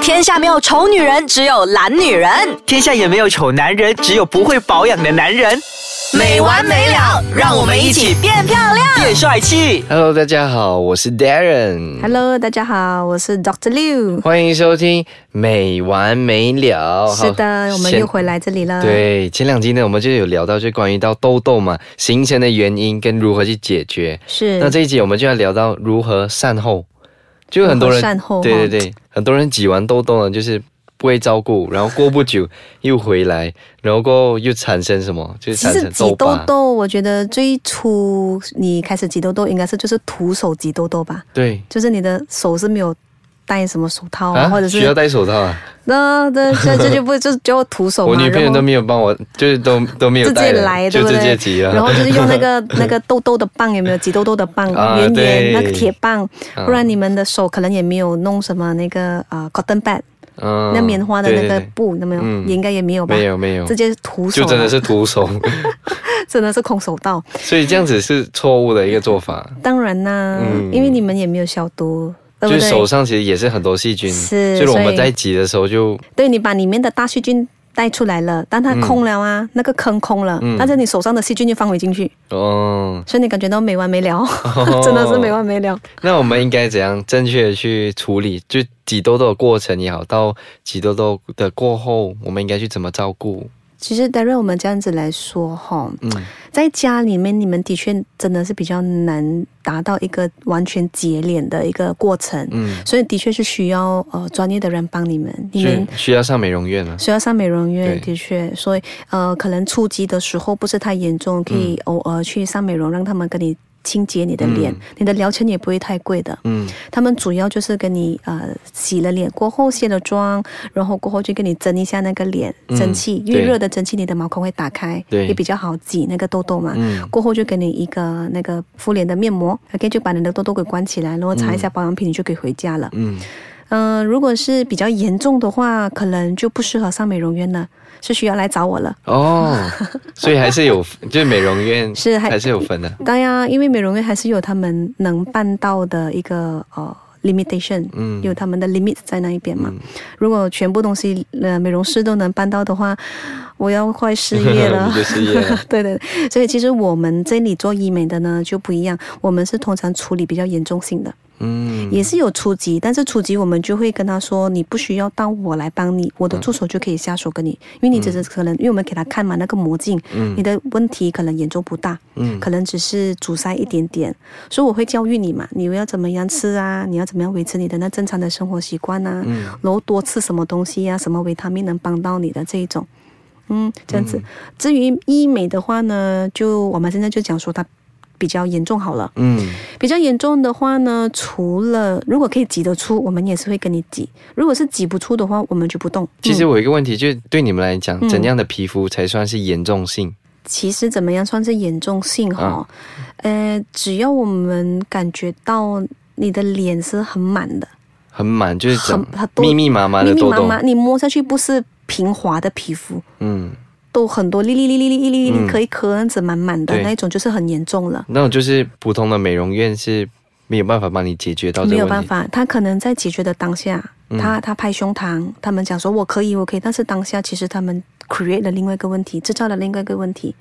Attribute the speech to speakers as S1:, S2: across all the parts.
S1: 天下没有丑女人，只有懒女人。
S2: 天下也没有丑男人，只有不会保养的男人。
S1: 没完没了，让我们一起变漂亮。
S2: 变帅气。
S3: Hello，大家好，我是 Darren，
S4: Hello，大家好，我是 Doctor Liu。
S3: 欢迎收听《美完没了》。
S4: 是的，
S3: 哦好
S4: 我们
S3: 先
S4: 又回来这里了。，
S3: 对，前两集呢，我们就有聊到就关于到痘痘嘛形成的原因跟如何去解决。
S4: 是。
S3: 那这一集我们就要聊到如何善后，就很多
S4: 如
S3: 人
S4: 何善后
S3: 对
S4: 哈
S3: 对对，很多人挤完痘痘呢，就是不会照顾，然后过不久又回来，然后过后又产生什么，就是
S4: 其
S3: 产
S4: 实
S3: 生
S4: 挤
S3: 痘
S4: 痘
S3: 疤。
S4: 痘，我觉得最初你开始挤痘痘，应该是就是徒手挤痘痘吧，
S3: 对
S4: 就是你的手是没有戴什么手套啊，
S3: 啊
S4: 或者，
S3: 需要
S4: 是
S3: 戴手套啊。
S4: 那这这这就不就就徒手嘛，
S3: 我女朋友
S4: 然后
S3: 都没有帮我，就是都都没有
S4: 自
S3: 带
S4: 己
S3: 了
S4: 来，对
S3: 就
S4: 不
S3: 直
S4: 对？
S3: 接挤了。
S4: 然后就是用 那个那个痘痘的棒，有没有挤痘痘的棒，
S3: 啊
S4: 圆圆
S3: 对
S4: 那个铁棒，
S3: 啊
S4: 不然你们的手可能也没有弄什么那个呃 cotton pad，
S3: 嗯
S4: 那棉花的那个
S3: 对对对
S4: 布，有没有？
S3: 嗯
S4: 也应该也没有吧？
S3: 没有没有
S4: 直接徒手
S3: 就
S4: 啊，
S3: 真的是徒手，
S4: 真的是空手道。
S3: 所以这样子是错误的一个做法。
S4: 当然啦，
S3: 嗯
S4: 因为你们也没有消毒， 对
S3: 就
S4: 不
S3: 是手
S4: 对？
S3: 上其实也是很多细菌，
S4: 是
S3: 就是我
S4: 所
S3: 们
S4: 以
S3: 在挤的时候就
S4: 对你把里面的大细菌带出来了，但它空了啊，那个坑空了，但是你手上的细菌就放回进去，
S3: 嗯，
S4: 所以你感觉到没完没了， 真的是没完没了。
S3: 那我们应该怎样正确的去处理？就挤痘痘的过程也好，到挤痘痘的过后，我们应该去怎么照顾？嗯
S4: 其实，戴瑞，我们这样子来说哈，在家里面，你们的确真的是比较难达到一个完全解脸的一个过程，
S3: 嗯，
S4: 所以的确是需要呃专业的人帮你们，你们
S3: 需需要上美容院啊了。
S4: 需要上美容院，
S3: 对
S4: 的确，所以呃，可能初级的时候不是太严重，可以
S3: 嗯
S4: 偶尔去上美容，让他们跟你清洁你的脸，你的疗程也不会太贵的。
S3: 嗯，
S4: 他们主要就是跟你呃洗了脸过后卸了妆，然后过后就跟你蒸一下那个脸蒸汽，
S3: 对
S4: 越热的蒸汽你的毛孔会打开，
S3: 嗯对
S4: 也比较好挤那个痘痘嘛。
S3: 嗯
S4: 过后就给你一个那个敷脸的面膜，OK 就把你的痘痘给关起来，然后擦一下保养品，你就可以回家了。
S3: 嗯，
S4: 嗯、如果是比较严重的话，可能就不适合上美容院了，是需要来找我了。
S3: 哦，所以还是有，就是美容院
S4: 是还
S3: 还是有分的。
S4: 当然，因为美容院还是有他们能办到的一个呃 limitation，
S3: 嗯
S4: 有他们的 limit 在那一边嘛。如果全部东西呃美容师都能办到的话，我要快失业了
S3: 你。就失业了
S4: 对对，对所以其实我们这里做医美的呢就不一样，我们是通常处理比较严重性的，
S3: 嗯，
S4: 也是有初级，但是初级我们就会跟他说，你不需要到我来帮你，我
S3: 嗯
S4: 的助手就可以下手跟你，因为你只是可能，因为我们给他看嘛那个魔镜，你的问题可能严重不大，
S3: 嗯
S4: 可能只是阻塞一点点，所以我会教育你嘛，你要怎么样吃啊，
S3: 嗯
S4: 你要怎么样维持你的那正常的生活习惯啊，然后多吃什么东西呀、什么维他命能帮到你的这一种。嗯，这样子。至于医美的话呢，就我们现在就讲说它比较严重好了。
S3: 嗯
S4: 比较严重的话呢，除了如果可以挤得出，我们也是会跟你挤；如果是挤不出的话，我们就不动。
S3: 其实
S4: 嗯、
S3: 我有一个问题，就是对你们来讲，
S4: 嗯
S3: 怎样的皮肤才算是严重性？
S4: 其实怎么样算是严重性哈、
S3: 啊
S4: 呃，只要我们感觉到你的脸是很满的，
S3: 很满，就是整
S4: 很很多
S3: 密密麻麻
S4: 密
S3: 的
S4: 密
S3: 痘
S4: 麻
S3: 痘
S4: 麻，。你摸下去不是平滑的皮肤，
S3: 嗯，
S4: 都很多粒粒粒粒粒粒粒
S3: 嗯
S4: 粒，可以可样子满满的
S3: 对
S4: 那一种，就是很严重了。
S3: 那种就是普通的美容院是没有办法帮你解决到这
S4: 没
S3: 个
S4: 有
S3: 问
S4: 办
S3: 题。嗯
S4: 法，他可能在解决的当下，他他拍胸膛，他们讲说我可以，我可以，但是当下其实他们 create 了另外一个问题，制造了另外一个问题，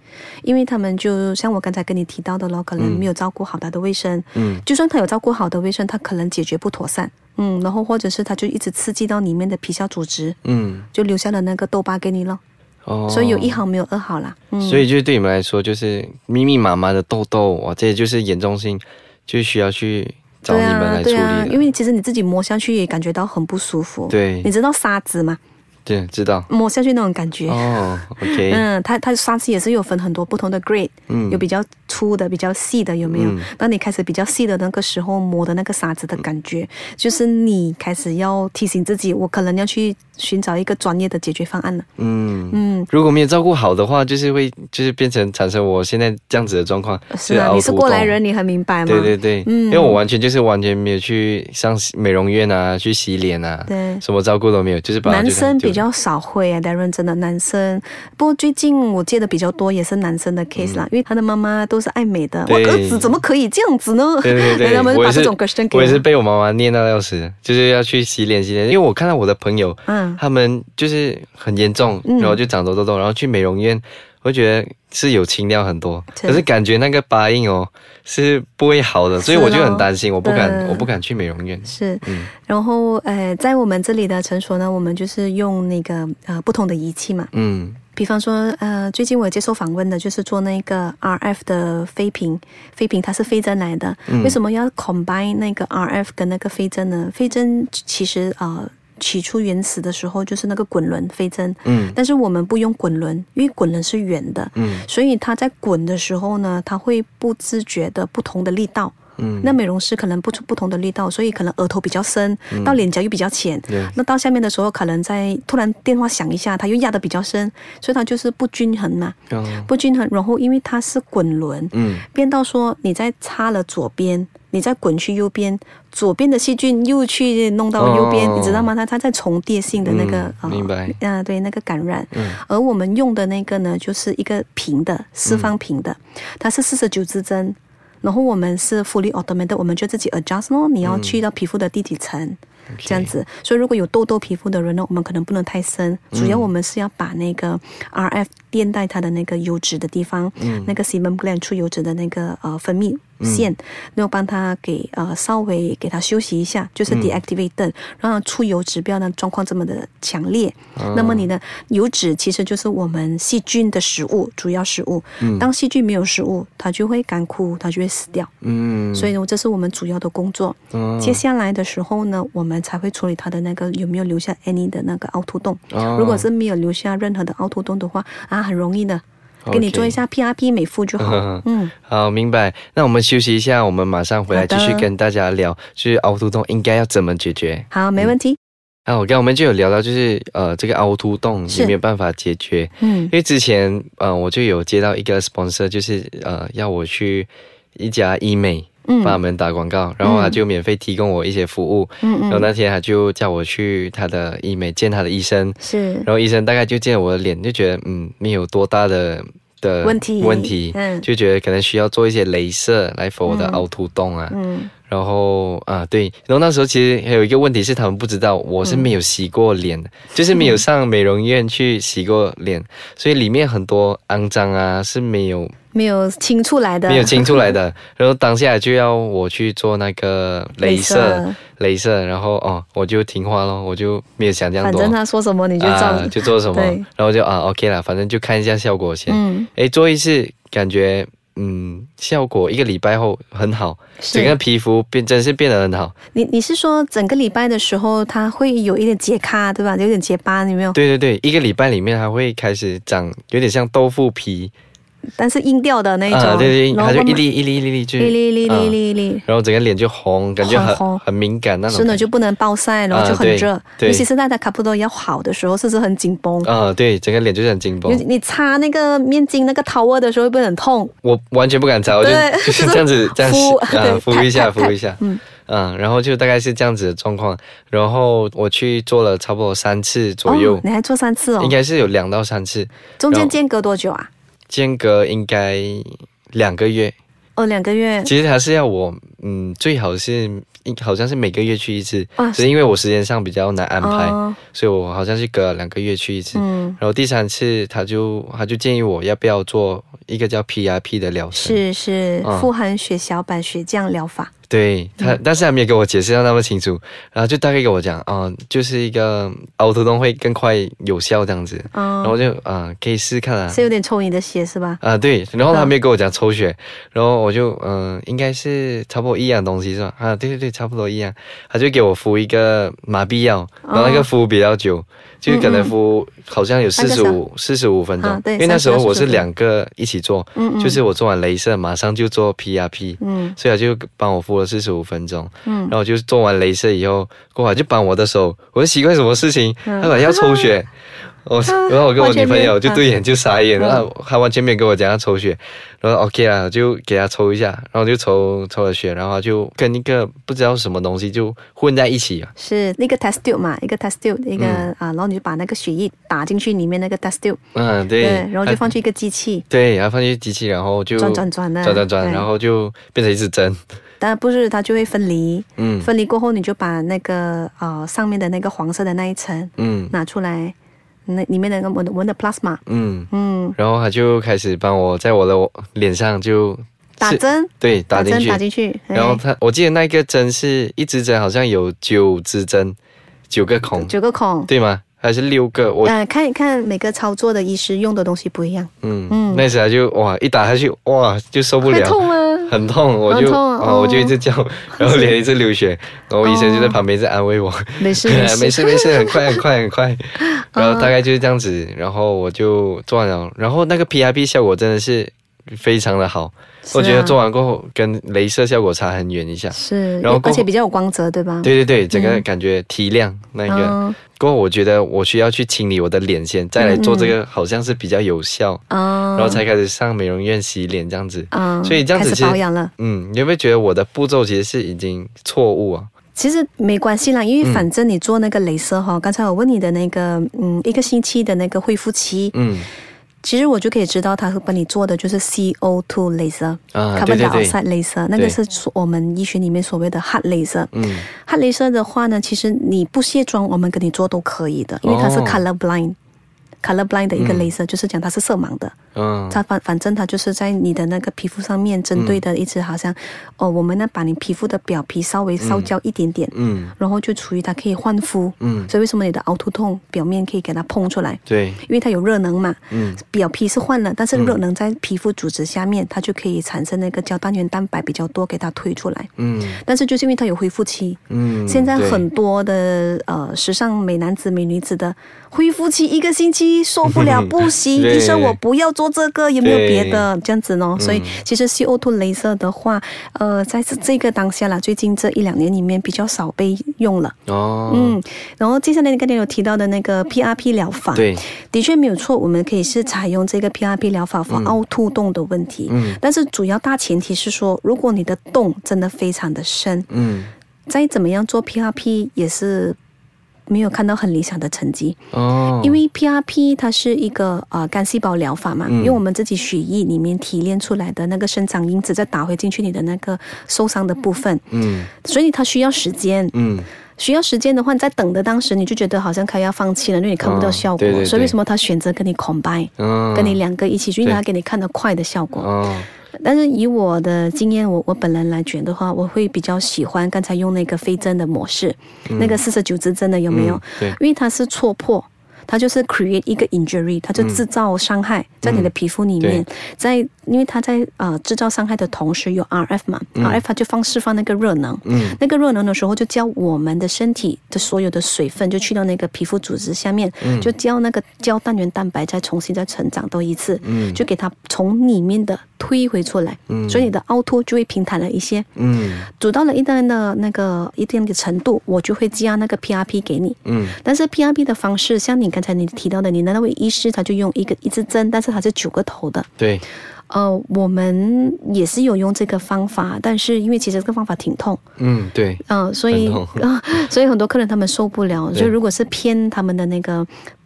S4: 因为他们就像我刚才跟你提到的咯，可能没有照顾好他的卫生，
S3: 嗯，
S4: 就算他有照顾好的卫生，他可能解决不妥善，嗯，然后或者是他就一直刺激到里面的皮下组织，
S3: 嗯，
S4: 就留下了那个痘疤给你了，
S3: 哦，
S4: 所以有一好没有二好啦，嗯，
S3: 所以就是对你们来说，就是密密麻麻的痘痘，哇，这就是严重性，就需要去找
S4: 对
S3: 你们来
S4: 啊，
S3: 处
S4: 对
S3: 理
S4: 啊
S3: 了，。
S4: 因为其实你自己摸下去也感觉到很不舒服，，
S3: 对
S4: 你知道沙子吗？
S3: 对，知道。
S4: 摸下去那种感觉。
S3: 哦，OK，
S4: 嗯，它它沙子也是有分很多不同的 grade，、
S3: 嗯
S4: 有比较粗的，比较细的，有没有
S3: 嗯？
S4: 当你开始比较细的那个时候，磨的那个沙子的感觉，
S3: 嗯
S4: 就是你开始要提醒自己，我可能要去寻找一个专业的解决方案了。
S3: 嗯。
S4: 嗯，
S3: 如果没有照顾好的话，就是会就是变成产生我现在这样子的状况。
S4: 是啊，你是过来人，你很明白
S3: 哦
S4: 吗？
S3: 对对对，
S4: 嗯
S3: 因为我完全就是完全没有去上洗美容院啊，去洗脸啊，
S4: 对
S3: 什么照顾都没有，就是把它
S4: 男
S3: 就
S4: 生
S3: 丢
S4: 比较少会啊，Darren 真的男生。不过最近我接的比较多也是男生的 case 啦，因为他的妈妈都是爱美的，我
S3: 嗯对
S4: 儿子怎么可以这样子呢？
S3: 对对 对，
S4: 他们
S3: 我
S4: 把
S3: 也是
S4: 这种 question 给
S3: 我也是被我妈妈念到要死，就是要去洗脸洗脸，因为我看到我的朋友，
S4: 嗯
S3: 他们就是很严重，
S4: 嗯
S3: 然后就长痘痘痘，然后去美容院，我觉得是有清掉很多，
S4: 对
S3: 可是感觉那个疤印哦是不会好的，所以
S4: 是
S3: 我就
S4: 咯
S3: 很担心，我不敢
S4: 嗯
S3: 我不敢去美容院。
S4: 是
S3: 嗯，
S4: 然后呃，在我们这里的诊所呢，我们就是用那个呃不同的仪器嘛，
S3: 嗯
S4: 比方说呃，最近我接受访问的就是做那个 RF 的飞屏，飞屏它是飞针来的，
S3: 嗯
S4: 为什么要 combine 那个 RF 跟那个飞针呢？飞针其实呃。起初原始的时候就是那个滚轮飞针，
S3: 嗯
S4: 但是我们不用滚轮，因为滚轮是圆的，
S3: 嗯
S4: 所以它在滚的时候呢，它会不自觉的不同的力道，
S3: 嗯，
S4: 那美容师可能不出不同的力道，所以可能额头比较深，
S3: 嗯
S4: 到脸颊又比较浅。
S3: 对
S4: 那到下面的时候，可能在突然电话响一下，它又压得比较深，所以它就是不均衡嘛，
S3: 哦
S4: 不均衡。然后因为它是滚轮，
S3: 嗯
S4: 变到说你在擦了左边，你再滚去右边，左边的细菌又去弄到右边，
S3: 哦
S4: 你知道吗？它它在重叠性的那个、
S3: 嗯明白
S4: 啊，对那个感染。
S3: 嗯
S4: 而我们用的那个呢，就是一个平的四方平的，
S3: 嗯
S4: 它是四十九支针。然后我们是 fully automated，我们就自己 adjust 咯。你要去到皮肤的第几层，
S3: 嗯
S4: 这样子。所以如果有痘痘皮肤的人呢，我们可能不能太深，
S3: 嗯
S4: 主要我们是要把那个 RF 垫在它的那个油脂的地方，
S3: 嗯
S4: 那个 sebum gland 出油脂的那个呃分泌腺，然后帮它给呃稍微给它休息一下，就是
S3: 嗯
S4: deactivated，、让它出油脂不要让状况这么的强烈。
S3: 啊
S4: 那么你的油脂其实就是我们细菌的食物，主要食物。当细菌没有食物，它就会干枯，它就会死掉。
S3: 嗯，
S4: 所以呢，这是我们主要的工作。
S3: 哦
S4: 接下来的时候呢，我们才会处理它的那个有没有留下 any 的那个凹凸洞。
S3: 哦
S4: 如果是没有留下任何的凹凸洞的话，啊，很容易的，给你
S3: OK
S4: 做一下 PRP 美肤就好。 嗯，
S3: 好，明白。那我们休息一下，我们马上回来
S4: 好
S3: 继
S4: 的
S3: 续跟大家聊，就是凹凸洞应该要怎么解决。
S4: 好，没问题。
S3: 啊，我刚刚我们就有聊到，就是呃，这个凹凸洞
S4: 是
S3: 有没有办法解决？
S4: 嗯
S3: 因为之前呃，我就有接到一个 sponsor，就是呃，要我去一家医美
S4: 嗯
S3: 帮他们打广告，然后他就免费提供我一些服务。
S4: 嗯
S3: 然后
S4: 嗯，
S3: 那天他就叫我去他的医美见他的医生，
S4: 是
S3: 然后医生大概就见我的脸，就觉得嗯，没有多大的的
S4: 问题
S3: 问题，
S4: 嗯
S3: 就觉得可能需要做一些镭射来否我的
S4: 嗯
S3: 凹凸洞啊。
S4: 嗯
S3: 然后啊，对，然后那时候其实还有一个问题是，他们不知道我是没有洗过脸的，就是没有上美容院去洗过脸，所以里面很多肮脏啊是没有
S4: 没有清出来的，
S3: 没有清出来的。然后当下就要我去做那个镭射，镭射，然后哦，我就听话咯，我就没有想这样
S4: 反
S3: 多，
S4: 正他说什么你就照
S3: 啊、。就做什么
S4: 对，
S3: 然后就啊 OK 啦，反正就看一下效果先。
S4: 嗯，
S3: 诶，做一次感觉嗯效果一个礼拜后很好，整个
S4: 是
S3: 皮肤变真是变得很好。
S4: 你你是说整个礼拜的时候，它会有一点结痂，对吧？有点结疤，有没 有？
S3: 对对对，一个礼拜里面它会开始长，有点像豆腐皮
S4: 但是硬掉的那一种，
S3: 啊，对对，
S4: 然
S3: 它
S4: 后
S3: 就
S4: 慢慢
S3: 一粒一粒一粒一粒就
S4: 一粒一粒一粒一粒
S3: 啊，然后整个脸就红，感觉很
S4: 很红
S3: 很敏感那种
S4: 真
S3: 感
S4: 的
S3: 觉。
S4: 就不能暴晒，然后就
S3: 啊
S4: 很
S3: 对
S4: 热，
S3: 对
S4: 尤其是大家卡布多要好的时候，是不是很紧绷？
S3: 啊，哦对，整个脸就是很紧绷
S4: 尤，其你擦那个面巾那个掏窝的时候，会不会很痛？哦
S3: 我完全不敢擦，我就
S4: 对
S3: 就是这样子，这样
S4: 敷
S3: 洗啊
S4: 对
S3: 敷一下，
S4: 拍拍
S3: 敷一下，嗯然后就大概是这样子的状况。然后我去做了差不多三次左右
S4: 哦，，你还做三次哦
S3: 应？该是有两到三次，
S4: 中
S3: 然
S4: 间
S3: 后
S4: 间隔多久啊？
S3: 间隔应该两个月。
S4: 哦，两个月。
S3: 其实他是要我，嗯，最好是一好像是每个月去一次，
S4: 啊
S3: 只是因为我时间上比较难安排，
S4: 哦，
S3: 所以我好像是隔两个月去一次。
S4: 嗯，
S3: 然后第三次他就他就建议我要不要做一个叫 PRP 的疗程，
S4: 是是
S3: 嗯，
S4: 富含血小板血浆疗法。
S3: 对他，
S4: 嗯
S3: 但是他没有给我解释到那么清楚，然后就大概跟我讲啊、就是一个呃凹凸洞会更快有效这样子，然后
S4: 哦，
S3: 我就啊、可以试试看啊，
S4: 是有点抽你的血是吧？
S3: 啊，对，然后他
S4: 嗯
S3: 没有跟我讲抽血，然后我就嗯、应该是差不多一样东西是吧？啊，对对对，差不多一样。他就给我敷一个麻痹药，
S4: 哦
S3: 然后那个敷比较久，就是可能敷好像有四
S4: 嗯半个
S3: 十
S4: 小
S3: 五四十五分钟
S4: 啊，对
S3: 因为那时候我是
S4: 30-45
S3: 两个一起做，
S4: 嗯嗯
S3: 就是我做完镭射马上就做 PRP，
S4: 嗯
S3: 所以他就帮我敷了四十五分钟，
S4: 嗯
S3: 然，后我就做完镭射以后，过来就绑我的手，我就奇怪什么事情，
S4: 嗯
S3: 他管要抽血，我然后我跟我
S4: 完全
S3: 女朋
S4: 没有
S3: 友就对眼就傻眼，
S4: 嗯
S3: 然后她完全没有跟我讲要抽血，然后 OK 啊，我就给她抽一下，然后就抽抽了血，然后她就跟一个不知道什么东西就混在一起了。啊
S4: 是那个 test tube 嘛，一个 test tube，一个
S3: 嗯
S4: 啊，然后你就把那个血液打进去里面那个 test tube，
S3: 嗯，对，
S4: 对，然后就
S3: 她
S4: 放去一个机器，
S3: 对，然后放进机器，然后就
S4: 转转转啊的
S3: 转转转
S4: 对
S3: 然后就变成一支针。
S4: 但不是它就会分离，
S3: 嗯
S4: 分离过后你就把那个呃上面的那个黄色的那一层
S3: 嗯
S4: 拿出来，那里面的那个我们的我们的 plasma，
S3: 嗯，
S4: 嗯，
S3: 然后他就开始帮我在我的脸上就
S4: 打
S3: 是
S4: 针，
S3: 对，打进
S4: 针
S3: 去，
S4: 打进去，
S3: 然后
S4: 哎
S3: 他，我记得那个针是一支针，好像有九支针，九个孔，
S4: 九个孔，
S3: 对吗？还是六个？我
S4: 呃，看一看每个操作的医师用的东西不一样，
S3: 嗯
S4: 嗯
S3: 那时候就哇，一打下去哇就受不
S4: 会
S3: 了，
S4: 痛吗？
S3: 很痛，我就
S4: 很痛啊
S3: 啊
S4: 哦
S3: 我就一直 叫，然后脸一直流血，然后医生就在旁边一直安慰我，
S4: 没事
S3: 没事
S4: 没
S3: 没
S4: 事，
S3: 事很快很快很 快，
S4: 哦
S3: 然后大概就是这样子，然后我就做完了，然后那个 PRP 效果真的是非常的好，
S4: 是啊
S3: 我觉得做完过后跟镭射效果差很远一下，
S4: 是，
S3: 然后过
S4: 而
S3: 后
S4: 且比较有光泽，对吧？
S3: 对对对，整个感觉提亮那个。
S4: 嗯
S3: 过后我觉得我需要去清理我的脸先，再来做这
S4: 嗯
S3: 个好像是比较有效，
S4: 啊，
S3: 然后才开始上美容院洗脸这样子。
S4: 啊，
S3: 所以这样子
S4: 开
S3: 其
S4: 始
S3: 实
S4: 保养了。
S3: 嗯，你有没有觉得我的步骤其实是已经错误啊？
S4: 其实没关系啦，
S3: 嗯
S4: 因为反正你做那个镭射哈、刚才我问你的那个，嗯，一个星期的那个恢复期，
S3: 嗯
S4: 其实我就可以知道他会帮你做的就是 CO2 laser，
S3: 啊，对对
S4: carbon
S3: 对，
S4: dioxide laser，那个是所我们医学里面所谓的 hot laser。
S3: 嗯
S4: hot laser 的话呢，其实你不卸妆，我们跟你做都可以的，因为它是
S3: 哦
S4: color blind。color blind 的一个
S3: 嗯
S4: laser、就是讲它是色盲的，
S3: 嗯
S4: 它反反正它就是在你的那个皮肤上面针对的一直好像，哦，我们呢把你皮肤的表皮稍微烧焦一点点，
S3: 嗯
S4: 然后就处于它可以焕肤。
S3: 嗯，
S4: 所以为什么你的凹凸痛表面可以给它碰出来？
S3: 对，
S4: 因为它有热能嘛，
S3: 嗯
S4: 表皮是换了，但是热能在皮肤组织下面，它就可以产生那个胶蛋原蛋白比较多，给它推出来。
S3: 嗯
S4: 但是就是因为它有恢复期，
S3: 嗯，
S4: 现在
S3: 对
S4: 很多的呃时尚美男子美女子的恢复期一个星期受不了，不行，
S3: 对
S4: 医生我不要做这个，有没有别的这样子呢？所以
S3: 嗯
S4: 其实 CO2 镭射的话，呃，在这这个当下啦，最近这一两年里面比较少被用了。
S3: 哦，
S4: 嗯，然后接下来你刚才有提到的那个 PRP 疗法，
S3: 对，
S4: 的确没有错，我们可以是采用这个 PRP 疗法 for 凹凸洞的问题，
S3: 嗯
S4: 但是主要大前提是说，如果你的洞真的非常的深，
S3: 嗯
S4: 再怎么样做 PRP 也是没有看到很理想的成绩，
S3: 哦，
S4: 因为 PRP 它是一个呃干细胞疗法嘛，
S3: 嗯
S4: 用我们自己血液里面提炼出来的那个生长因子再打回进去你的那个受伤的部分，
S3: 嗯
S4: 所以它需要时间，
S3: 嗯
S4: 需要时间的话，你在等的当时你就觉得好像快要放弃了，因为你看不到
S3: 嗯
S4: 效果，
S3: 对对对
S4: 所以为什么他选择跟你 combine？
S3: 嗯，
S4: 跟你两个一起去，因为
S3: 对
S4: 他给你看到快的效果。
S3: 哦，
S4: 但是以我的经验，我我本人来觉得话，我会比较喜欢刚才用那个飞针的模式，那个四十九支针的有没有？
S3: 嗯对
S4: 因为它是戳破，它就是 create 一个 injury，它就制造伤害在你的皮肤里面，
S3: 嗯
S4: 在因为它在呃制造伤害的同时有 RF 嘛、r f 它就放释放那个热能，
S3: 嗯
S4: 那个热能的时候就将我们的身体的所有的水分就去到那个皮肤组织下面，
S3: 嗯
S4: 就将那个胶蛋原蛋白再重新再成长多一次，
S3: 嗯
S4: 就给它从里面的推回出来，
S3: 嗯
S4: 所以你的凹凸就会平坦了一些。
S3: 嗯
S4: 煮到了一定的那个一定的程度，我就会加那个 PRP 给你。
S3: 嗯
S4: 但是 PRP 的方式，像你刚才你提到的，你的那位医师他就用一个一支针，但是它是九个头的。
S3: 对，
S4: 呃，我们也是有用这个方法，但是因为其实这个方法挺痛，
S3: 嗯对，
S4: 嗯、所以
S3: 很痛
S4: 啊、所以很多客人他们受不了，所以如果是偏他们的那个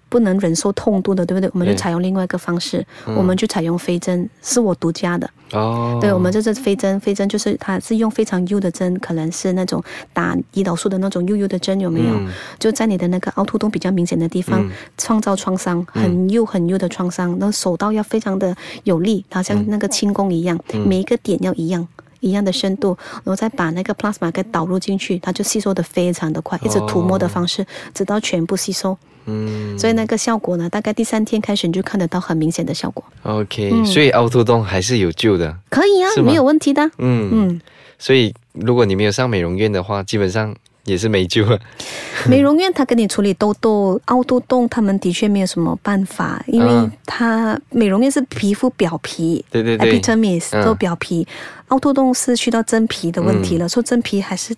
S4: 不能忍受痛度的，对不对？我们就
S3: 对嗯
S4: 采用另外一个方式，我们就采用飞针，是我独家的。
S3: 哦，
S4: 对，我们这是飞针，飞针就是它是用非常幼的针，可能是那种打胰岛素的那种幼幼的针，有没有？
S3: 嗯
S4: 就在你的那个凹凸洞比较明显的地方、创造创伤，
S3: 嗯
S4: 很幼很幼的创伤，那手到要非常的有力，好
S3: 嗯
S4: 像那个轻功一样，每一个点要一样。一样的深度，然后再把那个 plasma 给导入进去，它就吸收的非常的快，
S3: 哦
S4: 一直涂抹的方式，直到全部吸收。
S3: 嗯
S4: 所以那个效果呢，大概第三天开始你就看得到很明显的效果。
S3: OK，、所以
S4: 嗯
S3: 凹凸洞还是有救的。
S4: 可以啊
S3: 是，吗
S4: 没有问题的啊。
S3: 嗯
S4: 嗯，
S3: 所以如果你没有上美容院的话，基本上也是没 救了。啊
S4: 美容院他跟你处理痘痘、凹凸洞，他们的确没有什么办法，因为
S3: 嗯
S4: 它美容院是皮肤表皮，
S3: 对对对
S4: epidermis
S3: 嗯
S4: 做表皮，凹凸洞是去到真皮的问题了，所以真皮还是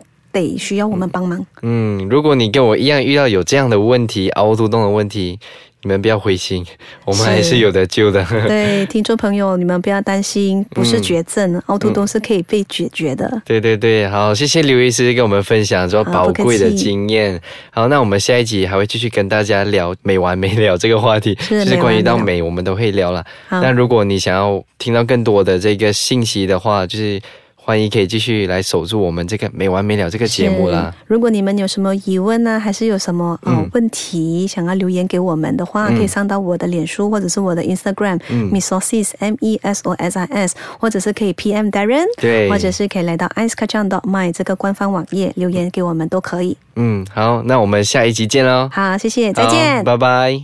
S4: 得需要我们帮忙。
S3: 嗯，如果你跟我一样遇到有这样的问题，凹凸洞的问题，你们不要灰 心，我们还是有的救的。
S4: 对，听众朋友，你们不要担心，不
S3: 嗯
S4: 是绝症，凹凸洞是可以被解决的。
S3: 对对对，好，谢谢刘医师跟我们分享这宝贵的经验。好，那我们下一集还会继续跟大家聊没完没了这个话题，
S4: 是
S3: 就是关于到
S4: 没完没
S3: 美我们都会聊了。
S4: 好
S3: 那如果你想要听到更多的这个信息的话，就是欢迎可以继续来守住我们这个没完没了这个节目啦。嗯
S4: 是如果你们有什么疑问呢、还是有什么呃、问题想要留言给我们的话，可以上到我的脸书或者是我的 Instagram、Mesosis
S3: 嗯
S4: M E S O S I S，或者是可以 PM Darren，
S3: 对
S4: 或者是可以来到 i c e k a c a n g m y 这个官方网页留言给我们都可以。
S3: 嗯，好，那我们下一集见喽。
S4: 好，谢谢，再
S3: 好
S4: 见。
S3: 拜拜。